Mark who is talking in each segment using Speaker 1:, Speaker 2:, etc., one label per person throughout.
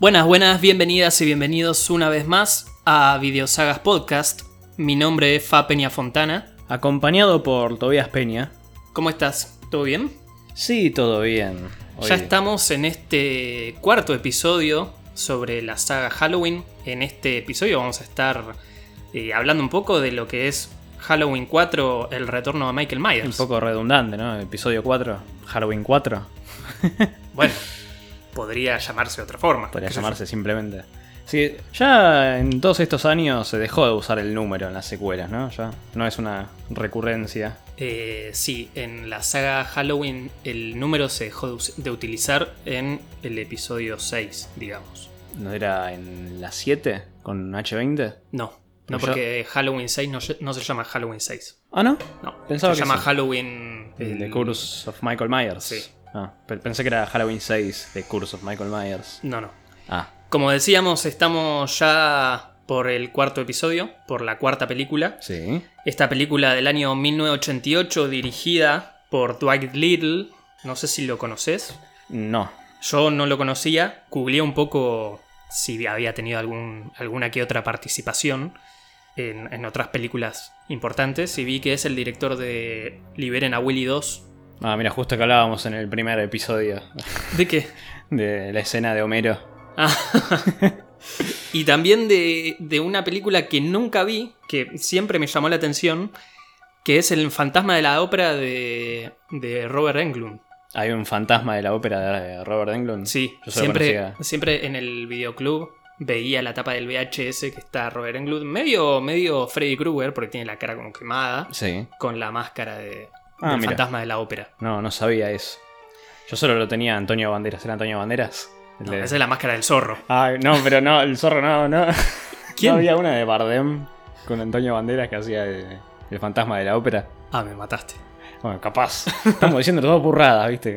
Speaker 1: Buenas, buenas, bienvenidas y bienvenidos una vez más a Videosagas Podcast. Mi nombre es Fa Peña Fontana.
Speaker 2: Acompañado por Tobias Peña.
Speaker 1: ¿Cómo estás? ¿Todo bien?
Speaker 2: Sí, todo bien. Hoy-
Speaker 1: Ya estamos en este cuarto episodio sobre la saga Halloween. En este episodio vamos a estar eh, hablando un poco de lo que es Halloween 4, el retorno de Michael Myers.
Speaker 2: Un poco redundante, ¿no? Episodio 4, Halloween 4,
Speaker 1: Bueno, podría llamarse de otra forma.
Speaker 2: podría
Speaker 1: qué sé yo.
Speaker 2: llamarse simplemente. Sí, ya en todos estos años se dejó de usar el número en las secuelas, ¿no? Ya no es una recurrencia.
Speaker 1: Eh, sí, en la saga Halloween el número se dejó de us- de utilizar en el episodio 6, digamos.
Speaker 2: ¿No era en las 7 con H20?
Speaker 1: No, no
Speaker 2: Pero yo-
Speaker 1: porque Halloween 6 no, lle- no se llama Halloween 6.
Speaker 2: Ah, no.
Speaker 1: No,
Speaker 2: Pensaba
Speaker 1: se
Speaker 2: que
Speaker 1: llama
Speaker 2: sí. Eh,
Speaker 1: Halloween... mm,
Speaker 2: El The
Speaker 1: el-
Speaker 2: Curse of Michael Myers.
Speaker 1: Sí.
Speaker 2: Ah, pe- pensé que era Halloween 6, The Curse of Michael Myers.
Speaker 1: No, no.
Speaker 2: Ah,
Speaker 1: Como decíamos, estamos ya por el cuarto episodio, por la cuarta película.
Speaker 2: sí.
Speaker 1: Esta película del año 1988 dirigida por Dwight Little. No sé si lo conoces.
Speaker 2: No.
Speaker 1: Yo no lo conocía, googleé un poco si había tenido algún, alguna que otra participación en, en otras películas importantes y vi que es el director de Liberen a Willy 2.
Speaker 2: Ah, mira, justo que hablábamos en el primer episodio
Speaker 1: ¿De qué?
Speaker 2: de la escena de Homero.
Speaker 1: Ah, y también de, de una película que nunca vi, que siempre me llamó la atención, que es El fantasma de la ópera de, de Robert Englund.
Speaker 2: Hay un fantasma de la ópera de Robert Englund.
Speaker 1: Sí,
Speaker 2: Yo solo
Speaker 1: siempre,
Speaker 2: conocía-
Speaker 1: siempre en el videoclub veía la tapa del VHS que está Robert Englund, medio, medio Freddy Krueger, porque tiene la cara como quemada,
Speaker 2: Sí.
Speaker 1: con la máscara de,
Speaker 2: Ah,
Speaker 1: del
Speaker 2: mira.
Speaker 1: fantasma de la ópera.
Speaker 2: No, no sabía eso. Yo solo lo tenía Antonio Banderas. ¿Era Antonio Banderas? El
Speaker 1: No,
Speaker 2: de-
Speaker 1: esa es la máscara del zorro.
Speaker 2: Ay, no, pero no, el zorro no, no.
Speaker 1: ¿Quién?
Speaker 2: No había una de Bardem con Antonio Banderas que hacía el, el fantasma de la ópera.
Speaker 1: Ah, me mataste.
Speaker 2: Bueno, capaz. Estamos diciendo dos burradas, ¿viste?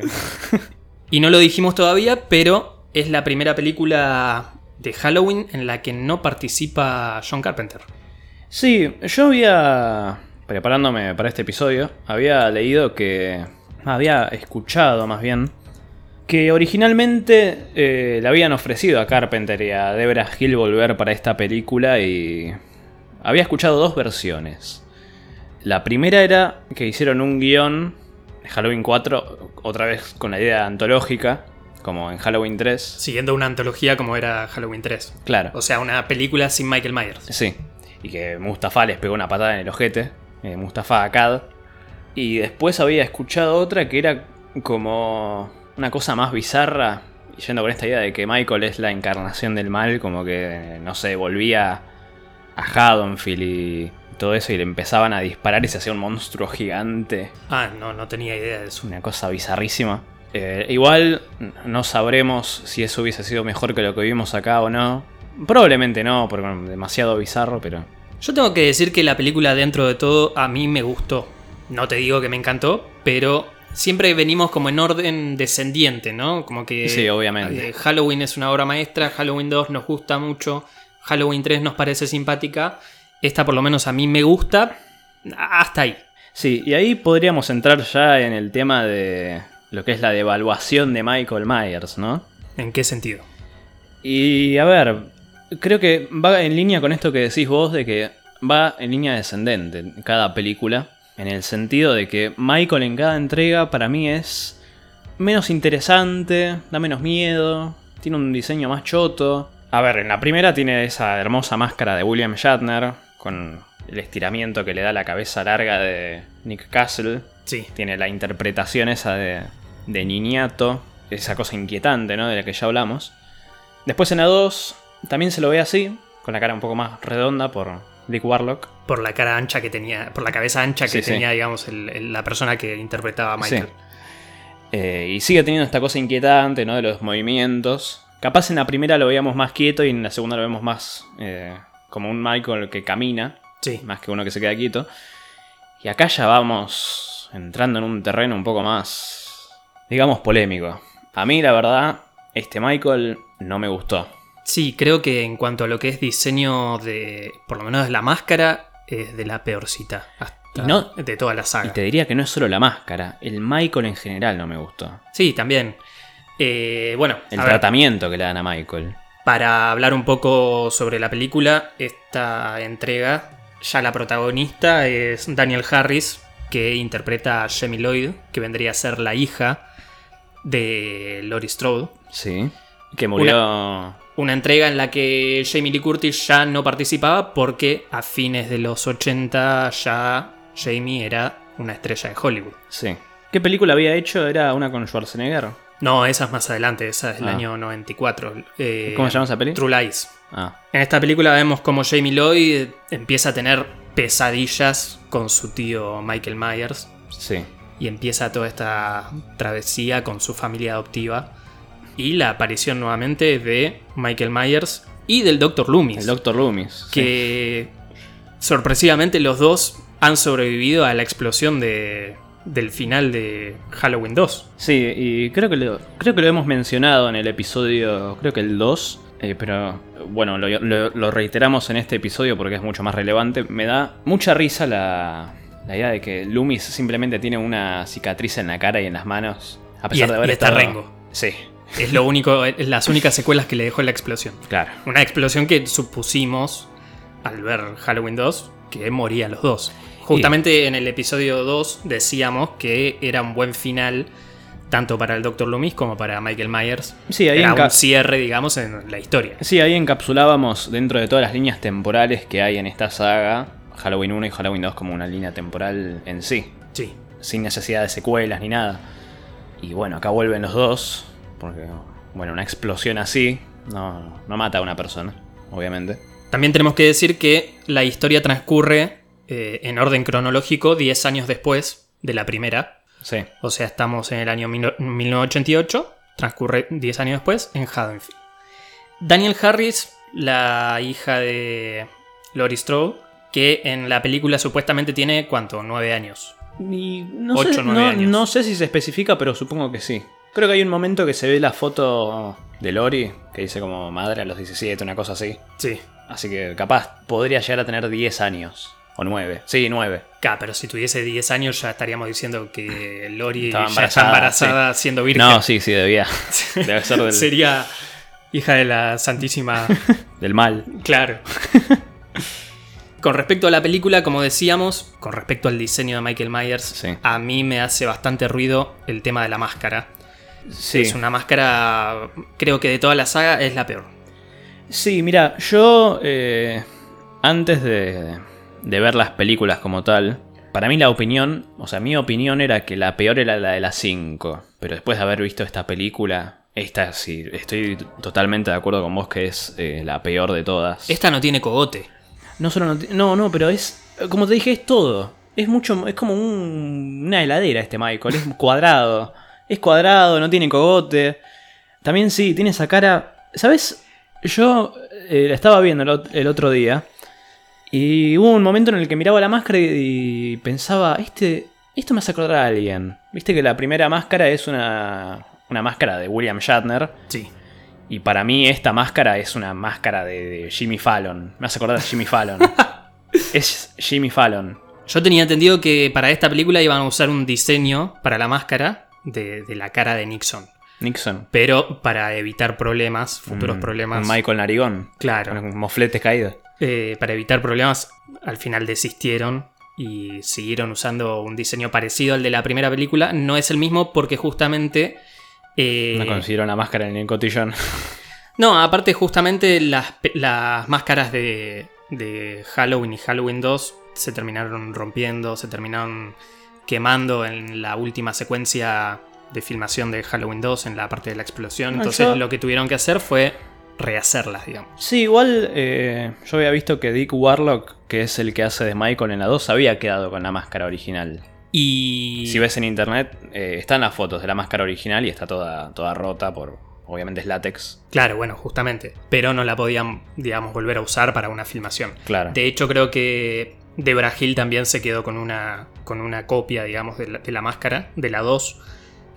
Speaker 1: Y no lo dijimos todavía, pero es la primera película de Halloween en la que no participa John Carpenter.
Speaker 2: Sí, yo había, preparándome para este episodio, había leído que, había escuchado más bien, que originalmente eh, le habían ofrecido a Carpenter y a Deborah Hill volver para esta película y había escuchado dos versiones. La primera era que hicieron un guión de Halloween 4, otra vez con la idea antológica, como en Halloween 3.
Speaker 1: Siguiendo una antología como era Halloween 3.
Speaker 2: Claro.
Speaker 1: O sea, una película sin Michael Myers.
Speaker 2: Sí. Y que Mustafa les pegó una patada en el ojete. eh, Mustafa Akkad. Y después había escuchado otra que era como una cosa más bizarra. y Yendo con esta idea de que Michael es la encarnación del mal, como que, no sé, volvía a Haddonfield y todo eso, y le empezaban a disparar y se hacía un monstruo gigante.
Speaker 1: Ah, no, no tenía idea de eso.
Speaker 2: Una cosa bizarrísima. Eh, igual n- no sabremos si eso hubiese sido mejor que lo que vimos acá o no. Probablemente no, porque bueno, demasiado bizarro, pero
Speaker 1: Yo tengo que decir que la película dentro de todo a mí me gustó. No te digo que me encantó, pero siempre venimos como en orden descendiente, ¿no? Como que
Speaker 2: Sí, obviamente.
Speaker 1: eh, Halloween es una obra maestra, Halloween 2 nos gusta mucho, Halloween 3 nos parece simpática, esta por lo menos a mí me gusta, hasta ahí.
Speaker 2: Sí, y ahí podríamos entrar ya en el tema de lo que es la devaluación de Michael Myers, ¿no?
Speaker 1: ¿En qué sentido?
Speaker 2: Y a ver, creo que va en línea con esto que decís vos de que va en línea descendente en cada película, en el sentido de que Michael en cada entrega para mí es menos interesante, da menos miedo, tiene un diseño más choto. A ver, en la primera tiene esa hermosa máscara de William Shatner con el estiramiento que le da la cabeza larga de Nick Castle
Speaker 1: Sí.
Speaker 2: tiene la interpretación esa de, de niñato, esa cosa inquietante, ¿no? De la que ya hablamos. Después en la 2 también se lo ve así, con la cara un poco más redonda por Dick Warlock.
Speaker 1: Por la cara ancha que tenía, por la cabeza ancha que
Speaker 2: Sí, sí.
Speaker 1: tenía, digamos, el- el- la persona que interpretaba a Michael.
Speaker 2: Sí. Eh, y sigue teniendo esta cosa inquietante, ¿no? De los movimientos. Capaz en la primera lo veíamos más quieto y en la segunda lo vemos más eh, como un Michael que camina,
Speaker 1: Sí.
Speaker 2: más que uno que se queda quieto. Y acá ya vamos entrando en un terreno un poco más, digamos, polémico. A mí, la verdad, este Michael no me gustó.
Speaker 1: Sí, creo que en cuanto a lo que es diseño de, por lo menos de la máscara, es de la peorcita hasta
Speaker 2: Y no-
Speaker 1: de toda la
Speaker 2: Y
Speaker 1: saga.
Speaker 2: te diría que no es solo la máscara, el Michael en general no me gustó.
Speaker 1: Sí, también. Eh, bueno,
Speaker 2: El
Speaker 1: a ver,
Speaker 2: tratamiento que le dan a Michael.
Speaker 1: Para hablar un poco sobre la película, esta entrega, ya la protagonista es Daniel Harris, que interpreta a Jamie Lloyd, que vendría a ser la hija de Lori Strode.
Speaker 2: Sí. Que murió.
Speaker 1: Una entrega en la que Jamie Lee Curtis ya no participaba porque a fines de los 80 ya Jamie era una estrella de Hollywood.
Speaker 2: Sí. ¿Qué película había hecho? Era una con Schwarzenegger.
Speaker 1: No, esa es más adelante, esa es del
Speaker 2: Ah.
Speaker 1: año 94. eh,
Speaker 2: ¿Cómo se llama esa peli?
Speaker 1: True Lies.
Speaker 2: Ah,
Speaker 1: En esta película vemos como Jamie Lloyd empieza a tener pesadillas con su tío Michael Myers
Speaker 2: sí.
Speaker 1: y empieza toda esta travesía con su familia adoptiva y la aparición nuevamente de Michael Myers y del Dr. Loomis,
Speaker 2: El Doctor Loomis. sí.
Speaker 1: que sorpresivamente los dos han sobrevivido a la explosión de- del final de Halloween 2.
Speaker 2: Sí, y creo que lo, creo que lo hemos mencionado en el episodio, creo que el 2, eh, pero bueno, lo, lo- lo reiteramos en este episodio porque es mucho más relevante. Me da mucha risa la, la idea de que Loomis simplemente tiene una cicatriz en la cara y en las manos, a pesar
Speaker 1: es-
Speaker 2: de haber
Speaker 1: y está
Speaker 2: estado-
Speaker 1: rengo.
Speaker 2: Sí,
Speaker 1: Es lo único, es las únicas secuelas que le dejó la explosión.
Speaker 2: claro.
Speaker 1: Una explosión que supusimos al ver Halloween 2 que morían los dos. Justamente en el episodio 2 decíamos que era un buen final tanto para el Dr. Loomis como para Michael Myers.
Speaker 2: Sí, ahí
Speaker 1: era
Speaker 2: enca-
Speaker 1: un cierre, digamos, en la historia.
Speaker 2: Sí, ahí encapsulábamos dentro de todas las líneas temporales que hay en esta saga, Halloween 1 y Halloween 2 como una línea temporal en sí.
Speaker 1: Sí.
Speaker 2: sin necesidad de secuelas ni nada. Y bueno, acá vuelven los dos, porque, bueno, una explosión así no, no mata a una persona, obviamente.
Speaker 1: También tenemos que decir que la historia transcurre eh, en orden cronológico 10 años después de la primera.
Speaker 2: Sí,
Speaker 1: O sea, estamos en el año mil- 1988, transcurre 10 años después en Haddonfield. Daniel Harris, la hija de Lori Strode, que en la película supuestamente tiene, ¿cuánto? 9 años.
Speaker 2: Y no,
Speaker 1: Ocho,
Speaker 2: sé,
Speaker 1: nueve
Speaker 2: no-
Speaker 1: años.
Speaker 2: no sé si se especifica, pero supongo que sí. Creo que hay un momento que se ve la foto de Lori, que dice como madre a los 17, una cosa así.
Speaker 1: Sí.
Speaker 2: Así que capaz podría llegar a tener 10 años. O 9. Sí, 9.
Speaker 1: Claro, pero si tuviese 10 años ya estaríamos diciendo que Lori
Speaker 2: Estaba
Speaker 1: ya está
Speaker 2: embarazada,
Speaker 1: embarazada siendo virgen.
Speaker 2: No, sí, sí, debía. Debe ser del,
Speaker 1: Sería hija de la Santísima
Speaker 2: del mal.
Speaker 1: Claro. con respecto a la película, como decíamos, con respecto al diseño de Michael Myers,
Speaker 2: Sí.
Speaker 1: a mí me hace bastante ruido el tema de la máscara.
Speaker 2: Sí.
Speaker 1: Es una máscara, creo que de toda la saga es la peor.
Speaker 2: Sí, mira, yo eh, antes de, de ver las películas como tal, para mí la opinión, o sea, mi opinión era que la peor era la de las 5, pero después de haber visto esta película, esta sí, estoy totalmente de acuerdo con vos que es eh, la peor de todas.
Speaker 1: Esta no tiene cogote.
Speaker 2: No solo no, ti- no, no, pero es, como te dije, es todo. Es mucho, es como un- una heladera este Michael, es cuadrado. Es cuadrado, no tiene cogote. También sí, tiene esa cara. ¿Sabes? Yo eh, la estaba viendo el, ot- el otro día y hubo un momento en el que miraba la máscara y, y pensaba, este, esto me hace acordar a alguien. Viste que la primera máscara es una, una máscara de William Shatner.
Speaker 1: Sí.
Speaker 2: Y para mí esta máscara es una máscara de, de Jimmy Fallon. Me hace acordar a Jimmy Fallon. es Jimmy Fallon.
Speaker 1: Yo tenía entendido que para esta película iban a usar un diseño para la máscara de, de la cara de Nixon.
Speaker 2: Nixon.
Speaker 1: Pero para evitar problemas, futuros
Speaker 2: Un-
Speaker 1: problemas.
Speaker 2: un Michael Narigón.
Speaker 1: Claro.
Speaker 2: Con mofletes caídos.
Speaker 1: Eh, para evitar problemas, al final desistieron y siguieron usando un diseño parecido al de la primera película. No es el mismo porque justamente... eh,
Speaker 2: No consiguieron la máscara en el cotillón.
Speaker 1: no, aparte justamente las, pe- las máscaras de, de Halloween y Halloween 2 se terminaron rompiendo, se terminaron quemando en la última secuencia de filmación de Halloween 2 en la parte de la explosión.
Speaker 2: No,
Speaker 1: Entonces
Speaker 2: yo-
Speaker 1: lo que tuvieron que hacer fue rehacerlas, digamos.
Speaker 2: Sí, igual eh, yo había visto que Dick Warlock, que es el que hace de Michael en la 2, había quedado con la máscara original.
Speaker 1: Y...
Speaker 2: Si ves en internet, eh, están las fotos de la máscara original y está toda, toda rota por... Obviamente es látex.
Speaker 1: Claro, bueno, justamente. Pero no la podían, digamos, volver a usar para una filmación.
Speaker 2: Claro.
Speaker 1: De hecho, creo que Debra Hill también se quedó con una, con una copia, digamos, de la, de la máscara, de la 2,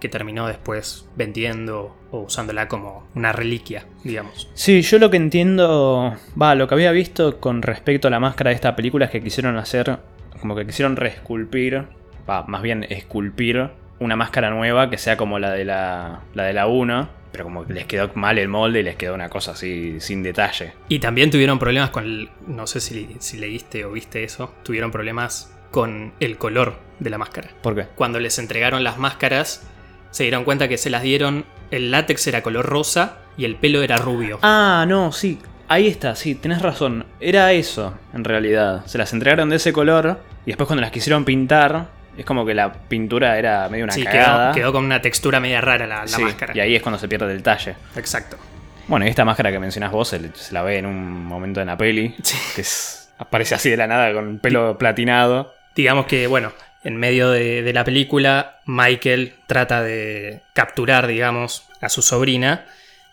Speaker 1: que terminó después vendiendo o usándola como una reliquia, digamos.
Speaker 2: Sí, yo lo que entiendo, va, lo que había visto con respecto a la máscara de esta película es que quisieron hacer, como que quisieron reesculpir, va, más bien esculpir una máscara nueva que sea como la de la, la de la 1, Pero como que les quedó mal el molde y les quedó una cosa así sin detalle.
Speaker 1: Y también tuvieron problemas con el. No sé si, si leíste o viste eso. Tuvieron problemas con el color de la máscara.
Speaker 2: ¿Por qué?
Speaker 1: Cuando les entregaron las máscaras, se dieron cuenta que se las dieron. El látex era color rosa y el pelo era rubio.
Speaker 2: Ah, no, sí. Ahí está, sí, tenés razón. Era eso, en realidad. Se las entregaron de ese color y después cuando las quisieron pintar, es como que la pintura era medio una
Speaker 1: sí, quedó,
Speaker 2: cagada.
Speaker 1: quedó con una textura media rara la, la
Speaker 2: Sí,
Speaker 1: máscara.
Speaker 2: Y ahí es cuando se pierde el detalle.
Speaker 1: Exacto.
Speaker 2: Bueno, y esta máscara que mencionás vos se, le- se la ve en un momento en la peli.
Speaker 1: Sí.
Speaker 2: Que es- aparece así de la nada con pelo platinado.
Speaker 1: Digamos que, bueno, en medio de, de la película, Michael trata de capturar, digamos, a su sobrina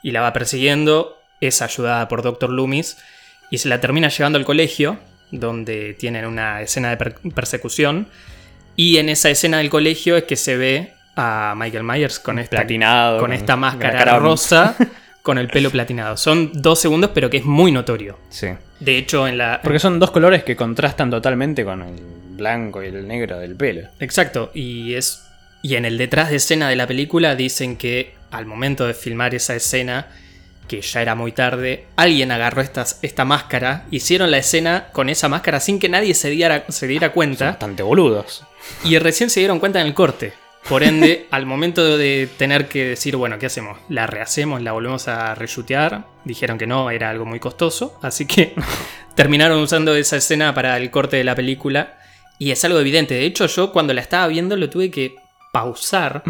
Speaker 1: y la va persiguiendo. Es ayudada por Dr. Loomis y se la termina llevando al colegio, donde tienen una escena de per- persecución. Y en esa escena del colegio es que se ve a Michael Myers con esta,
Speaker 2: platinado.
Speaker 1: con esta máscara
Speaker 2: la cara-
Speaker 1: rosa, con el pelo platinado. Son dos segundos, pero que es muy notorio.
Speaker 2: Sí.
Speaker 1: De hecho, en la,
Speaker 2: Porque son dos colores que contrastan totalmente con el blanco y el negro del pelo.
Speaker 1: Exacto, y es. Y en el detrás de escena de la película dicen que al momento de filmar esa escena, que ya era muy tarde, alguien agarró estas, esta máscara, hicieron la escena con esa máscara sin que nadie se diera, se diera
Speaker 2: Son
Speaker 1: cuenta,
Speaker 2: bastante boludos.
Speaker 1: y recién se dieron cuenta en el corte. Por ende, al momento de tener que decir, bueno, ¿qué hacemos? ¿La rehacemos? ¿La volvemos a reshutear? Dijeron que no, era algo muy costoso, así que terminaron usando esa escena para el corte de la película y es algo evidente. De hecho, yo cuando la estaba viendo lo tuve que pausar,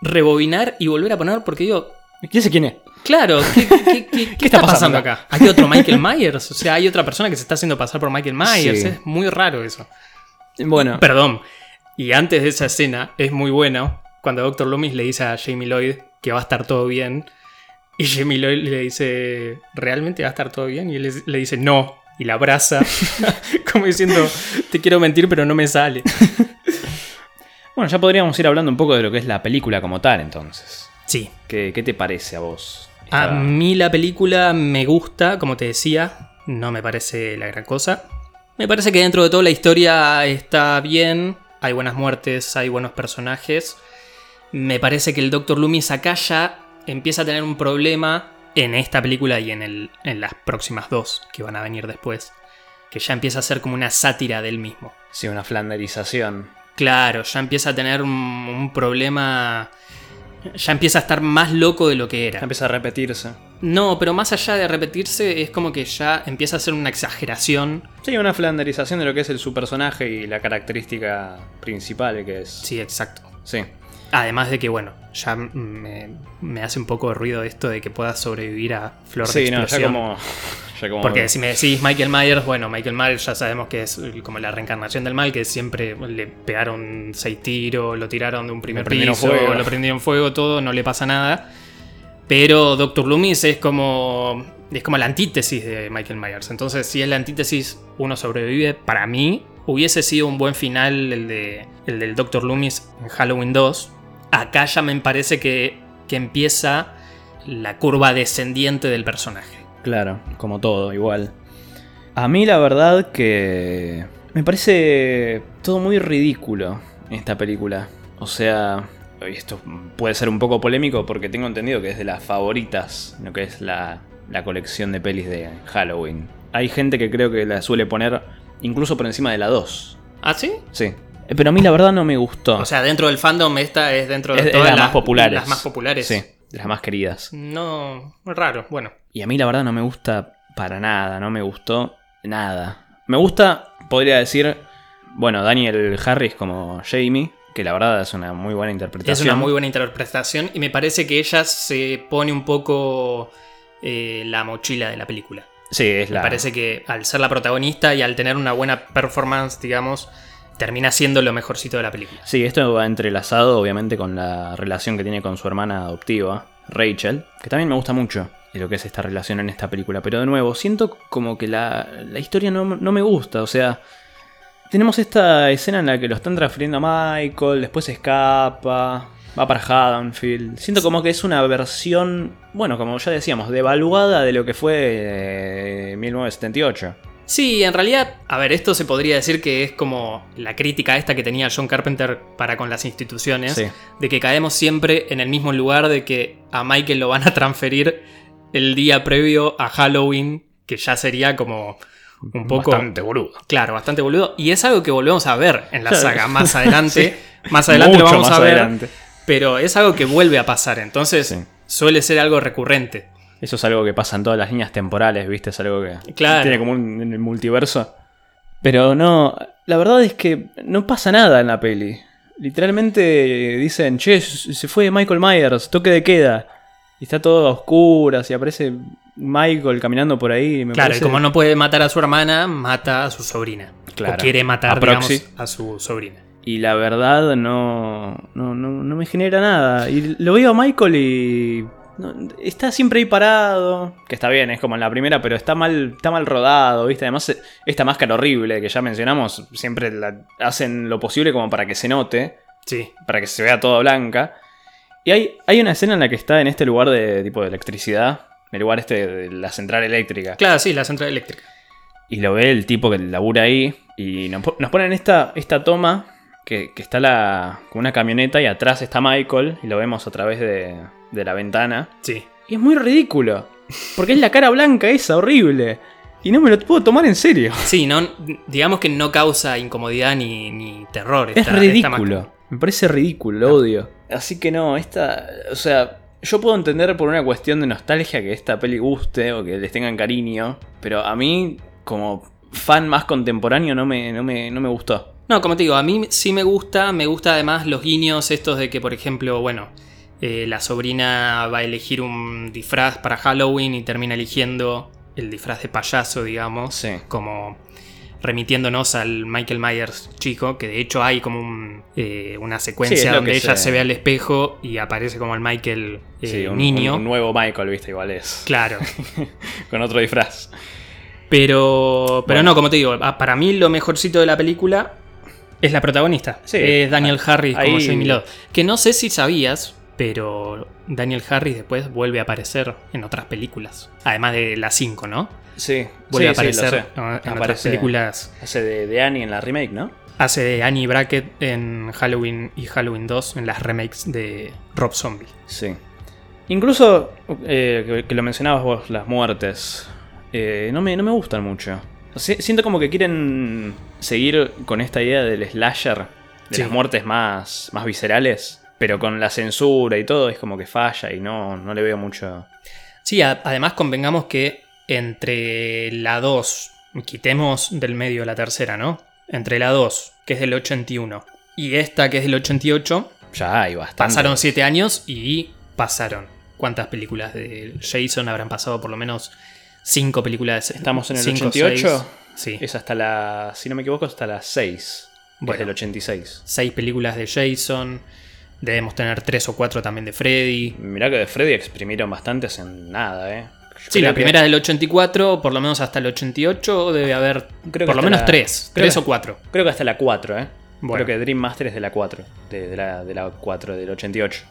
Speaker 1: rebobinar y volver a poner porque digo,
Speaker 2: ¿Quién sé quién es?
Speaker 1: claro, ¿qué, qué- qué- qué está, pasando
Speaker 2: pasando
Speaker 1: acá? ¿Hay otro Michael Myers? O sea, hay otra persona que se está haciendo pasar por Michael Myers.
Speaker 2: Sí.
Speaker 1: Es muy raro eso.
Speaker 2: Bueno,
Speaker 1: Perdón. Y antes de esa escena, es muy bueno cuando Dr. Loomis le dice a Jamie Lloyd que va a estar todo bien. Y Jamie Lloyd le dice, ¿realmente va a estar todo bien? Y él le- le dice, no. Y la abraza, como diciendo, te quiero mentir, pero no me sale.
Speaker 2: bueno, ya podríamos ir hablando un poco de lo que es la película como tal, entonces.
Speaker 1: Sí.
Speaker 2: ¿Qué, qué te parece a vos?
Speaker 1: A
Speaker 2: Esta-
Speaker 1: mí la película me gusta, como te decía, no me parece la gran cosa. Me parece que dentro de todo la historia está bien, hay buenas muertes, hay buenos personajes. Me parece que el Dr. Loomis acá ya empieza a tener un problema en esta película y en, el- en las próximas dos que van a venir después, que ya empieza a ser como una sátira del mismo.
Speaker 2: Sí, una flanderización.
Speaker 1: Claro, ya empieza a tener un, un problema, ya empieza a estar más loco de lo que era.
Speaker 2: Empieza a repetirse.
Speaker 1: No, pero más allá de repetirse, es como que ya empieza a ser una exageración.
Speaker 2: Sí, una flanderización de lo que es el, su personaje y la característica principal que es.
Speaker 1: Sí, exacto.
Speaker 2: Sí.
Speaker 1: Además de que, bueno, ya me, me hace un poco de ruido esto de que pueda sobrevivir a Flor de
Speaker 2: Sí, no, ya
Speaker 1: Explosión.
Speaker 2: como. Ya como
Speaker 1: Porque si me decís Michael Myers, bueno, Michael Myers ya sabemos que es eh, como la reencarnación del mal, que siempre le pegaron seis tiros, lo tiraron de un primer
Speaker 2: Lo prendieron
Speaker 1: piso,
Speaker 2: fuego.
Speaker 1: lo prendieron fuego, todo, no le pasa nada. Pero Doctor Loomis es como. es como la antítesis de Michael Myers. Entonces, si es la antítesis, uno sobrevive. Para mí, hubiese sido un buen final el de. el del Doctor Loomis en Halloween 2. Acá ya me parece que, que empieza la curva descendiente del personaje.
Speaker 2: Claro, como todo, igual. A mí la verdad que me parece todo muy ridículo en esta película. O sea, y esto puede ser un poco polémico porque tengo entendido que es de las favoritas, lo que es la, la colección de pelis de Halloween. Hay gente que creo que la suele poner incluso por encima de la 2.
Speaker 1: ¿Ah, sí?
Speaker 2: Sí. Eh, Pero a mí la verdad no me gustó.
Speaker 1: O sea, dentro del fandom esta es dentro de
Speaker 2: Ah. es, es
Speaker 1: todas
Speaker 2: de las
Speaker 1: las
Speaker 2: más populares.
Speaker 1: Las más populares.
Speaker 2: Sí, de las más queridas.
Speaker 1: No, raro, bueno.
Speaker 2: Y a mí la verdad no me gusta para nada, no me gustó nada. Me gusta, podría decir, bueno, Daniel Harris como Jamie, que la verdad es una muy buena
Speaker 1: Es
Speaker 2: interpretación.
Speaker 1: una muy buena interpretación y me parece que ella se pone un poco eh, la mochila de la película.
Speaker 2: Sí, es la...
Speaker 1: Me parece que al ser la protagonista y al tener una buena performance, digamos, termina siendo lo mejorcito de la película.
Speaker 2: Sí, esto va entrelazado obviamente con la relación que tiene con su hermana adoptiva, Rachel, que también me gusta mucho de lo que es esta relación en esta película. Pero de nuevo, siento como que la, la historia no, no me gusta, o sea... Tenemos esta escena en la que lo están transfiriendo a Michael, después se escapa, va para Haddonfield. Siento como que es una versión, bueno, como ya decíamos, devaluada de lo que fue eh, 1978.
Speaker 1: Sí, en realidad, a ver, esto se podría decir que es como la crítica esta que tenía John Carpenter para con las instituciones,
Speaker 2: Sí.
Speaker 1: de que caemos siempre en el mismo lugar, de que a Michael lo van a transferir el día previo a Halloween, que ya sería como un poco...
Speaker 2: Bastante boludo.
Speaker 1: Claro, bastante boludo. Y es algo que volvemos a ver en la
Speaker 2: Claro.
Speaker 1: saga más adelante. Más adelante lo
Speaker 2: Mucho
Speaker 1: vamos
Speaker 2: más
Speaker 1: a ver.
Speaker 2: adelante.
Speaker 1: Pero es algo que vuelve a pasar. Entonces
Speaker 2: Sí.
Speaker 1: suele ser algo recurrente.
Speaker 2: Eso es algo que pasa en todas las líneas temporales, ¿viste? Es algo que
Speaker 1: Claro.
Speaker 2: tiene como un en el multiverso. Pero no, la verdad es que no pasa nada en la peli. Literalmente dicen, che, se fue Michael Myers, toque de queda. Y está todo a oscuras y aparece Michael caminando por ahí. y me
Speaker 1: claro,
Speaker 2: parece-
Speaker 1: y como no puede matar a su hermana, mata a su sobrina.
Speaker 2: Claro.
Speaker 1: O quiere matar,
Speaker 2: A proxy.
Speaker 1: digamos, a su sobrina.
Speaker 2: Y la verdad no, no, no, no me genera nada. Y lo veo a Michael y. no- está siempre ahí parado. Que está bien, es como en la primera, pero está mal, está mal rodado, ¿viste? Además, eh, esta máscara horrible que ya mencionamos, siempre la hacen lo posible como para que se note,
Speaker 1: Sí.
Speaker 2: para que se vea toda blanca. Y hay, hay una escena en la que está en este lugar de tipo de electricidad, en el lugar este de la central eléctrica.
Speaker 1: Claro, sí, la central eléctrica.
Speaker 2: Y lo ve el tipo que labura ahí. Y nos, po- nos ponen esta, esta toma que, que está la, con una camioneta y atrás está Michael. Y lo vemos a través de, de la ventana.
Speaker 1: Sí.
Speaker 2: Y es muy ridículo. Porque es la cara blanca esa, horrible. Y no me lo puedo tomar en serio.
Speaker 1: Sí, no, digamos que no causa incomodidad ni, ni terror.
Speaker 2: Es
Speaker 1: esta- esta
Speaker 2: ridículo.
Speaker 1: máscara.
Speaker 2: me parece ridículo, lo odio. Así que no, esta. O sea, yo puedo entender por una cuestión de nostalgia que esta peli guste o que les tengan cariño. Pero a mí, como fan más contemporáneo, no me, no me, no me gustó.
Speaker 1: No, como te digo, a mí sí me gusta, me gusta además los guiños estos de que, por ejemplo, bueno, eh, la sobrina va a elegir un disfraz para Halloween y termina eligiendo el disfraz de payaso, digamos,
Speaker 2: Sí.
Speaker 1: como remitiéndonos al Michael Myers chico, que de hecho hay como un, eh, una
Speaker 2: Sí,
Speaker 1: secuencia
Speaker 2: es lo
Speaker 1: donde
Speaker 2: que
Speaker 1: ella
Speaker 2: se-
Speaker 1: se ve al espejo y aparece como el Michael eh,
Speaker 2: Sí, un,
Speaker 1: niño.
Speaker 2: un- un nuevo Michael, viste, igual es.
Speaker 1: Claro.
Speaker 2: Con otro disfraz.
Speaker 1: Pero, pero
Speaker 2: Bueno.
Speaker 1: no, como te digo, a- para mí lo mejorcito de la película es la protagonista.
Speaker 2: Sí. Ah,
Speaker 1: Es Daniel Harris como
Speaker 2: Ahí-
Speaker 1: Jamie Lodge. Que no sé si sabías, pero Daniel Harris después vuelve a aparecer en otras películas. Además de las 5, ¿no?
Speaker 2: Sí,
Speaker 1: Vuelve a
Speaker 2: sí, sí, lo
Speaker 1: aparecer
Speaker 2: sé.
Speaker 1: ¿no? en otras
Speaker 2: Aparece-
Speaker 1: películas.
Speaker 2: Hace de, de Annie en la remake, ¿no?
Speaker 1: Hace de Annie Brackett en Halloween y Halloween 2 en las remakes de Rob Zombie.
Speaker 2: Sí. Incluso, eh, que, que lo mencionabas vos, las muertes. eh, no, me, no me gustan mucho. Si- siento como que quieren seguir con esta idea del slasher, de
Speaker 1: Sí.
Speaker 2: las muertes más, más viscerales, pero con la censura y todo, es como que falla y no, no le veo mucho.
Speaker 1: Sí, a- además convengamos que entre la 2, quitemos del medio la tercera, ¿no? Entre la 2, que es del 81, y esta, que es del 88,
Speaker 2: Ya hay bastante.
Speaker 1: pasaron 7 años y pasaron. ¿Cuántas películas de Jason habrán pasado? Por lo menos 5 películas.
Speaker 2: Estamos en el
Speaker 1: Cinco,
Speaker 2: 88.
Speaker 1: seis. sí.
Speaker 2: Es hasta la, si no me equivoco, hasta las 6.
Speaker 1: Bueno.
Speaker 2: Desde el 86.
Speaker 1: 6 películas de Jason. Debemos tener 3 o 4 también de Freddy.
Speaker 2: Mirá que de Freddy exprimieron bastantes en nada, ¿eh? Yo
Speaker 1: Sí, la
Speaker 2: creo que-
Speaker 1: primera del 84, por lo menos hasta el 88, debe haber
Speaker 2: Creo que
Speaker 1: por lo
Speaker 2: hasta
Speaker 1: menos
Speaker 2: la-
Speaker 1: 3.
Speaker 2: creo
Speaker 1: 3
Speaker 2: que-
Speaker 1: o 4.
Speaker 2: Creo que hasta la 4, ¿eh?
Speaker 1: Bueno.
Speaker 2: Creo que Dream Master es de la 4. De, de la, de la 4, del 88.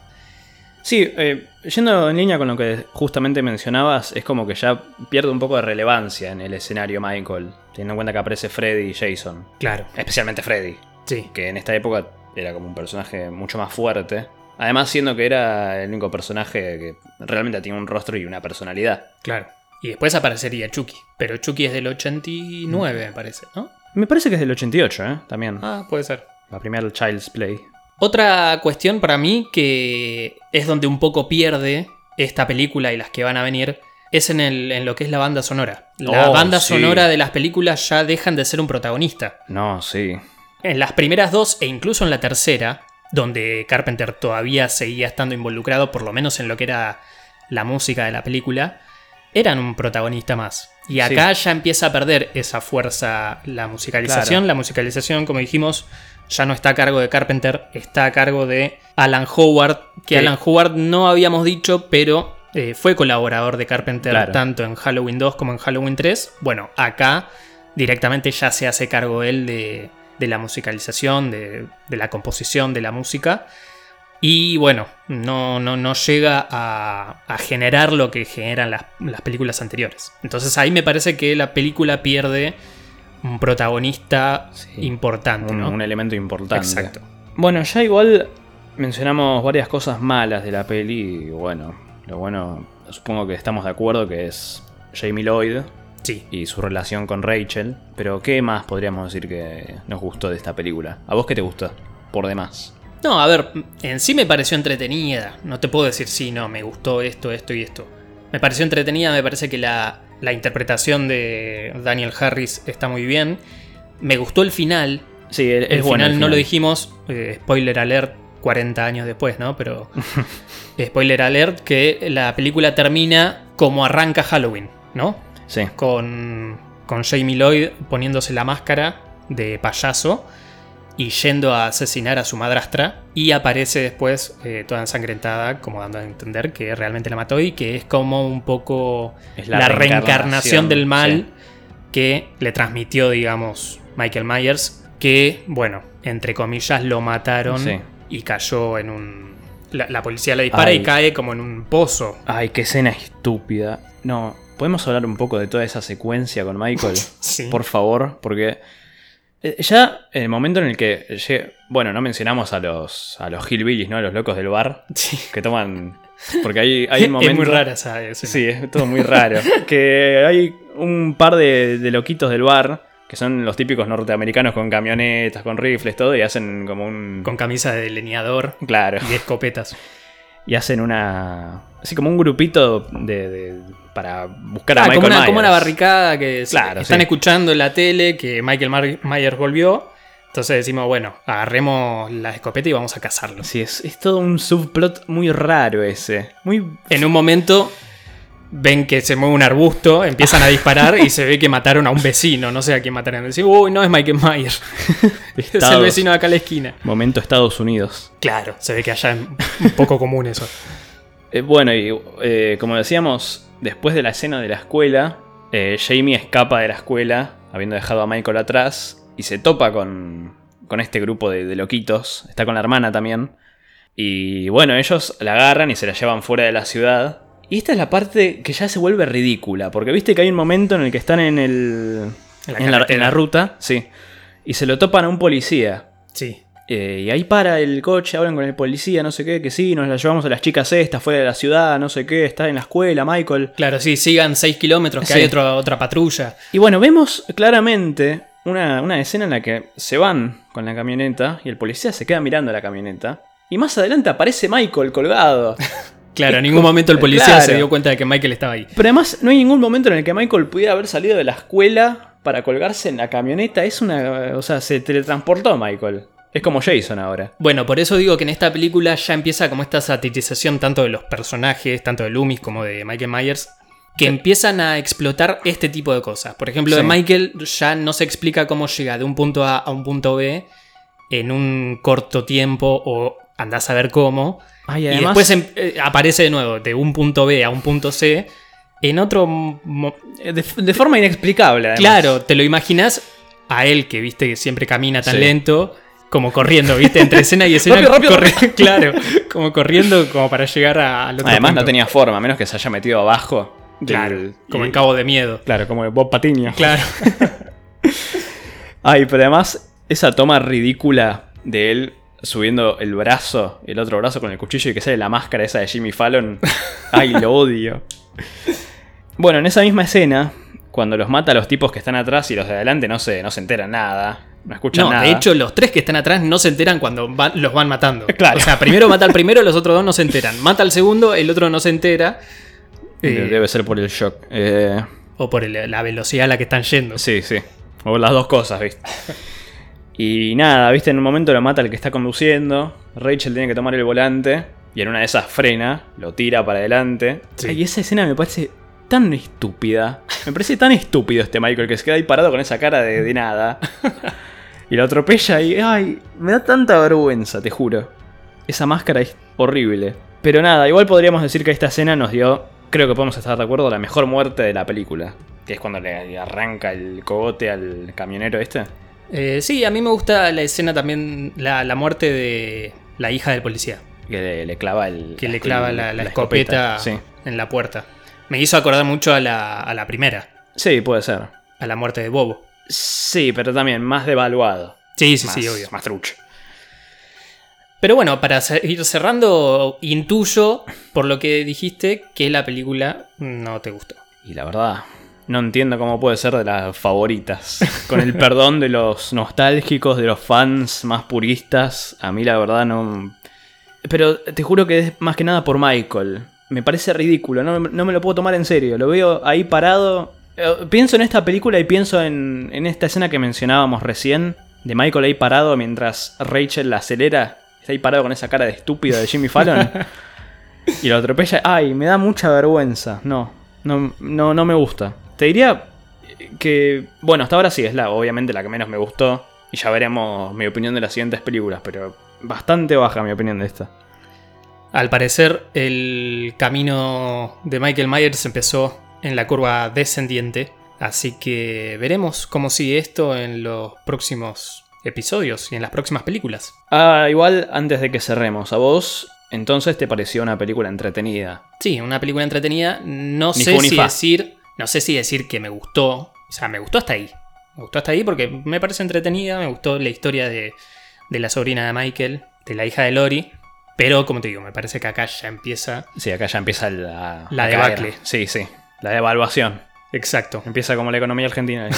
Speaker 2: Sí, eh, yendo en línea con lo que justamente mencionabas, es como que ya pierde un poco de relevancia en el escenario Michael, teniendo en cuenta que aparece Freddy y Jason.
Speaker 1: Claro,
Speaker 2: Especialmente Freddy,
Speaker 1: sí.
Speaker 2: que en esta época era como un personaje mucho más fuerte. Además, siendo que era el único personaje que realmente tenía un rostro y una personalidad.
Speaker 1: Claro. Y después aparecería Chucky. Pero Chucky es del 89, me parece, ¿no?
Speaker 2: Me parece que es del 88, ¿eh? También.
Speaker 1: Ah, puede ser.
Speaker 2: La primera Child's Play.
Speaker 1: Otra cuestión para mí que es donde un poco pierde esta película y las que van a venir es en, el, en lo que es la banda sonora. La
Speaker 2: Oh,
Speaker 1: banda
Speaker 2: sí.
Speaker 1: sonora de las películas ya dejan de ser un protagonista.
Speaker 2: No, sí.
Speaker 1: En las primeras dos e incluso en la tercera, donde Carpenter todavía seguía estando involucrado, por lo menos en lo que era la música de la película, eran un protagonista más. Y acá ya empieza a perder esa fuerza la musicalización.
Speaker 2: Claro.
Speaker 1: La musicalización, como dijimos, ya no está a cargo de Carpenter, está a cargo de Alan Howard, que
Speaker 2: Sí.
Speaker 1: Alan Howard no habíamos dicho, pero eh, fue colaborador de Carpenter
Speaker 2: Claro.
Speaker 1: tanto en Halloween 2 como en Halloween 3. Bueno, acá directamente ya se hace cargo él de, de la musicalización, de, de la composición de la música. Y bueno, no, no, no llega a, a generar lo que generan las, las películas anteriores. Entonces ahí me parece que la película pierde un protagonista
Speaker 2: Sí.
Speaker 1: importante,
Speaker 2: un,
Speaker 1: ¿no?
Speaker 2: un elemento importante.
Speaker 1: Exacto.
Speaker 2: Bueno, ya igual mencionamos varias cosas malas de la peli. Y bueno, lo bueno, supongo que estamos de acuerdo que es Jamie Lloyd
Speaker 1: Sí.
Speaker 2: y su relación con Rachel. Pero, ¿qué más podríamos decir que nos gustó de esta película? ¿A vos qué te gusta? Por demás.
Speaker 1: No, a ver, en sí me pareció entretenida. No te puedo decir sí, no, me gustó esto, esto y esto. Me pareció entretenida, me parece que la, la interpretación de Daniel Harris está muy bien. Me gustó el final.
Speaker 2: Sí, el, el
Speaker 1: El,
Speaker 2: bueno,
Speaker 1: final,
Speaker 2: el
Speaker 1: no
Speaker 2: final.
Speaker 1: lo dijimos, eh, spoiler alert, 40 años después, ¿no? Pero eh, spoiler alert que la película termina como arranca Halloween, ¿no?
Speaker 2: Sí,
Speaker 1: con, con Jamie Lloyd poniéndose la máscara de payaso y yendo a asesinar a su madrastra. Y aparece después eh, toda ensangrentada, como dando a entender que realmente la mató y que es como un poco
Speaker 2: es
Speaker 1: la, reencarnación, del mal
Speaker 2: sí.
Speaker 1: que le transmitió, digamos, Michael Myers. Que, bueno, entre comillas, lo mataron
Speaker 2: Sí.
Speaker 1: y cayó en un. La, la policía le dispara
Speaker 2: Ay.
Speaker 1: y cae como en un pozo.
Speaker 2: Ay, qué escena estúpida. No, ¿podemos hablar un poco de toda esa secuencia con Michael?
Speaker 1: Sí.
Speaker 2: Por favor, porque eh, ya en el momento en el que lle- bueno, no mencionamos a los a los hillbillies, ¿no? A los locos del bar
Speaker 1: Sí.
Speaker 2: que toman porque hay hay un momento
Speaker 1: Es muy rara esa escena.
Speaker 2: Sí, es todo muy raro. que hay un par de, de loquitos del bar que son los típicos norteamericanos con camionetas, con rifles, todo y hacen como un
Speaker 1: con camisa de delineador
Speaker 2: claro,
Speaker 1: y escopetas.
Speaker 2: y hacen una así como un grupito de, de- para buscar
Speaker 1: Ah,
Speaker 2: a Michael
Speaker 1: como, una,
Speaker 2: Myers.
Speaker 1: como una barricada que se-
Speaker 2: Claro,
Speaker 1: están
Speaker 2: sí.
Speaker 1: escuchando en la tele que Michael Mar- Myers volvió. Entonces decimos, bueno, agarremos la escopeta y vamos a cazarlo.
Speaker 2: Sí, es, es todo un subplot muy raro ese. Muy
Speaker 1: En un momento ven que se mueve un arbusto, empiezan a disparar y se ve que mataron a un vecino. No sé a quién mataron. Decimos, uy, no es Michael Myers. es el
Speaker 2: Estados-
Speaker 1: vecino de acá a la esquina.
Speaker 2: Momento Estados Unidos.
Speaker 1: Claro, se ve que allá es un poco común eso.
Speaker 2: Eh, bueno, y eh, como decíamos, después de la escena de la escuela, eh, Jamie escapa de la escuela, habiendo dejado a Michael atrás, y se topa con, con este grupo de, de loquitos. Está con la hermana también. Y bueno, ellos la agarran y se la llevan fuera de la ciudad. Y esta es la parte que ya se vuelve ridícula, porque viste que hay un momento en el que están en el.
Speaker 1: En la
Speaker 2: en la- en
Speaker 1: carretera.
Speaker 2: la ruta, sí. Y se lo topan a un policía.
Speaker 1: Sí.
Speaker 2: Eh, y ahí para el coche, hablan con el policía, no sé qué, que sí, nos la llevamos a las chicas estas fuera de la ciudad, no sé qué, está en la escuela, Michael.
Speaker 1: Claro, sí, sigan 6 kilómetros, que
Speaker 2: Sí.
Speaker 1: hay otro- otra patrulla.
Speaker 2: Y bueno, vemos claramente una, una escena en la que se van con la camioneta y el policía se queda mirando la camioneta. Y más adelante aparece Michael colgado.
Speaker 1: Claro, en ningún momento el policía
Speaker 2: Claro.
Speaker 1: se dio cuenta de que Michael estaba ahí.
Speaker 2: Pero además no hay ningún momento en el que Michael pudiera haber salido de la escuela para colgarse en la camioneta. Es una... O sea, se teletransportó Michael. Es como Jason ahora.
Speaker 1: Bueno, por eso digo que en esta película ya empieza como esta satirización tanto de los personajes, tanto de Loomis como de Michael Myers, que empiezan a explotar este tipo de cosas. Por ejemplo, de
Speaker 2: Sí.
Speaker 1: Michael ya no se explica cómo llega de un punto A a un punto B en un corto tiempo o andás a ver cómo. Y,
Speaker 2: además-
Speaker 1: después em- eh, aparece de nuevo de un punto B a un punto C en otro mo-
Speaker 2: Eh, De, de forma inexplicable. además.
Speaker 1: Claro, te lo imaginas a él que viste que siempre camina tan
Speaker 2: Sí.
Speaker 1: lento, como corriendo, viste, entre escena y escena.
Speaker 2: Rápido, rápido,
Speaker 1: corri- claro, como corriendo como para llegar a- al otro
Speaker 2: Además no
Speaker 1: punto.
Speaker 2: tenía forma, a menos que se haya metido abajo. del-
Speaker 1: Claro, como
Speaker 2: y-
Speaker 1: en Cabo de Miedo.
Speaker 2: Claro, como el Bob Patiño.
Speaker 1: Claro.
Speaker 2: Ay, pero además esa toma ridícula de él subiendo el brazo, el otro brazo con el cuchillo y que sale la máscara esa de Jimmy Fallon. Ay, lo odio. Bueno, en esa misma escena, cuando los mata a los tipos que están atrás y los de adelante no se, no se enteran nada, no escuchan
Speaker 1: No,
Speaker 2: nada.
Speaker 1: de hecho, los tres que están atrás no se enteran cuando van- los van matando.
Speaker 2: Claro.
Speaker 1: O sea, primero mata al primero, los otros dos no se enteran. Mata al segundo, el otro no se entera. eh,
Speaker 2: Debe ser por el shock. Eh,
Speaker 1: o por el- la velocidad a la que están yendo.
Speaker 2: Sí, sí. O las dos cosas, ¿viste? Y nada, ¿viste? En un momento lo mata el que está conduciendo. Rachel tiene que tomar el volante. Y en una de esas frena, lo tira para adelante.
Speaker 1: Sí.
Speaker 2: Y esa escena me parece tan estúpida. Me parece tan estúpido este Michael que se queda ahí parado con esa cara de, de nada. Y lo atropella y. ¡Ay! Me da tanta vergüenza, te juro. Esa máscara es horrible. Pero nada, igual podríamos decir que esta escena nos dio, creo que podemos estar de acuerdo, la mejor muerte de la película. Que es cuando le le arranca el cogote al camionero este.
Speaker 1: Eh, sí, a mí me gusta la escena también, la, la muerte de la hija del policía.
Speaker 2: que le, le clava el.
Speaker 1: que le clava la, la escopeta, en la puerta. Me hizo acordar mucho a la, a la primera,
Speaker 2: Sí. sí, puede ser.
Speaker 1: a la muerte de Bobo.
Speaker 2: Sí, pero también más devaluado.
Speaker 1: Sí, sí,
Speaker 2: más,
Speaker 1: sí, obvio.
Speaker 2: Más trucho.
Speaker 1: Pero bueno, para ce- ir cerrando, intuyo por lo que dijiste que la película no te gustó.
Speaker 2: Y la verdad, no entiendo cómo puede ser de las favoritas. Con el perdón de los nostálgicos, de los fans más puristas, a mí la verdad no... Pero te juro que es más que nada por Michael. Me parece ridículo, no, no me lo puedo tomar en serio. Lo veo ahí parado. Eh, Pienso en esta película y pienso en, en esta escena que mencionábamos recién, de Michael ahí parado mientras Rachel la acelera. Está ahí parado con esa cara de estúpido de Jimmy Fallon. Y lo atropella. Ay, me da mucha vergüenza. No, no, no, no me gusta. Te diría que. Bueno, hasta ahora sí es la, obviamente, la que menos me gustó. Y ya veremos mi opinión de las siguientes películas, pero bastante baja mi opinión de esta.
Speaker 1: Al parecer, el camino de Michael Myers empezó en la curva descendiente, así que veremos cómo sigue esto en los próximos episodios y en las próximas películas.
Speaker 2: Ah, igual, antes de que cerremos, a vos, entonces te pareció una película entretenida.
Speaker 1: Sí, una película entretenida. No
Speaker 2: Ni
Speaker 1: sé
Speaker 2: fu ni
Speaker 1: si
Speaker 2: fa.
Speaker 1: decir. No sé si decir que me gustó. O sea, me gustó hasta ahí. Me gustó hasta ahí porque me parece entretenida. Me gustó la historia de, de la sobrina de Michael, de la hija de Lori. Pero, como te digo, me parece que acá ya empieza.
Speaker 2: Sí, acá ya empieza la.
Speaker 1: La
Speaker 2: a
Speaker 1: debacle.
Speaker 2: caer. Sí, sí. La devaluación.
Speaker 1: Exacto.
Speaker 2: Empieza como la economía argentina.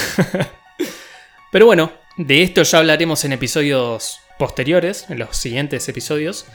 Speaker 1: Pero bueno, de esto ya hablaremos en episodios posteriores, en los siguientes episodios.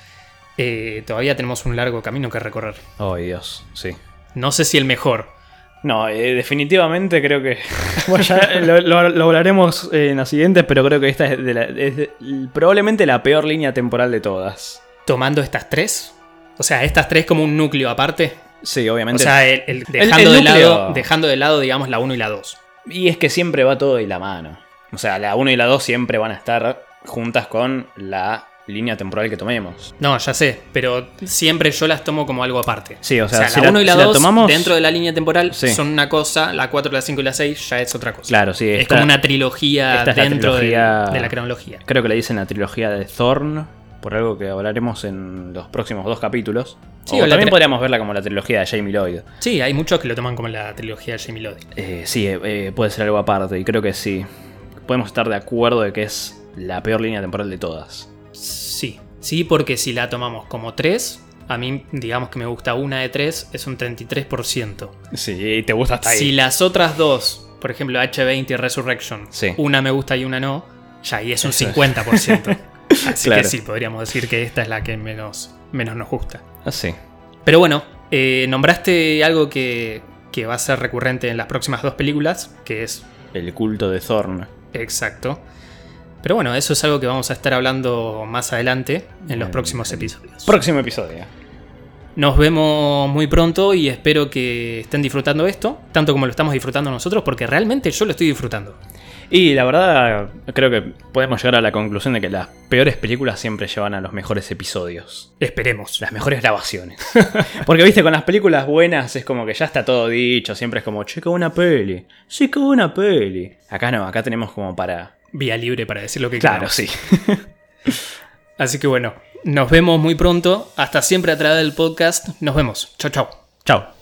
Speaker 1: Eh, todavía tenemos un largo camino que recorrer.
Speaker 2: oh, Dios. Sí.
Speaker 1: No sé si el mejor.
Speaker 2: No, eh, definitivamente creo que. Bueno, ya lo, lo- lo hablaremos eh, en las siguientes, pero creo que esta es, de la- es de- probablemente la peor línea temporal de todas.
Speaker 1: Tomando estas tres. O sea, estas tres como un núcleo aparte.
Speaker 2: Sí,
Speaker 1: O
Speaker 2: obviamente.
Speaker 1: sea, el, el dejando,
Speaker 2: el
Speaker 1: de lado,
Speaker 2: núcleo.
Speaker 1: dejando de lado, digamos, la 1 y la 2.
Speaker 2: y es que siempre va todo de la mano. O sea, la 1 y la 2 siempre van a estar juntas con la línea temporal que tomemos.
Speaker 1: No, ya sé, pero siempre yo las tomo como algo aparte.
Speaker 2: Sí, o sea, si
Speaker 1: la
Speaker 2: la-
Speaker 1: 1 y la
Speaker 2: si la
Speaker 1: 2
Speaker 2: tomamos-
Speaker 1: dentro de la línea temporal
Speaker 2: Sí.
Speaker 1: son una cosa, la 4, la 5 y la 6 ya es otra cosa.
Speaker 2: Claro, sí.
Speaker 1: es
Speaker 2: esta-
Speaker 1: como una trilogía
Speaker 2: esta es la
Speaker 1: dentro de-
Speaker 2: trilogía-
Speaker 1: De, la cronología.
Speaker 2: Creo que le dicen la trilogía de Thorn, por algo que hablaremos en los próximos dos capítulos.
Speaker 1: Sí,
Speaker 2: o
Speaker 1: o la
Speaker 2: también
Speaker 1: tri-
Speaker 2: podríamos verla como la trilogía de Jamie Lloyd.
Speaker 1: Sí, hay muchos que lo toman como la trilogía de Jamie Lodi.
Speaker 2: Eh, sí, eh, eh, puede ser algo aparte, y creo que sí. Podemos estar de acuerdo de que es la peor línea temporal de todas.
Speaker 1: Sí, sí, porque si la tomamos como 3, a mí digamos que me gusta una de 3, es un 33%.
Speaker 2: Sí, te gusta hasta
Speaker 1: Si las otras dos, por ejemplo H20 y Resurrection,
Speaker 2: Sí.
Speaker 1: una me gusta y una no, ya ahí es un
Speaker 2: Eso es.
Speaker 1: 50%. Así
Speaker 2: Claro.
Speaker 1: que sí, podríamos decir que esta es la que menos, menos nos gusta.
Speaker 2: Ah, sí.
Speaker 1: Pero bueno, eh, nombraste algo que, que va a ser recurrente en las próximas dos películas, que es
Speaker 2: El culto de Thorn.
Speaker 1: exacto. Pero bueno, eso es algo que vamos a estar hablando más adelante en los
Speaker 2: En
Speaker 1: próximos episodios.
Speaker 2: Próximo episodio.
Speaker 1: Nos vemos muy pronto y espero que estén disfrutando esto, tanto como lo estamos disfrutando nosotros, porque realmente yo lo estoy disfrutando.
Speaker 2: Y la verdad, creo que podemos llegar a la conclusión de que las peores películas siempre llevan a los mejores episodios.
Speaker 1: Esperemos.
Speaker 2: Las mejores grabaciones. Porque viste, con las películas buenas es como que ya está todo dicho. Siempre es como, che, qué buena peli. Sí, qué buena peli. Acá no, acá tenemos como para.
Speaker 1: Vía libre para decir lo que
Speaker 2: Claro,
Speaker 1: queramos.
Speaker 2: sí.
Speaker 1: Así que bueno, nos vemos muy pronto. Hasta siempre a través del podcast. Nos vemos. Chao, chao.
Speaker 2: Chao.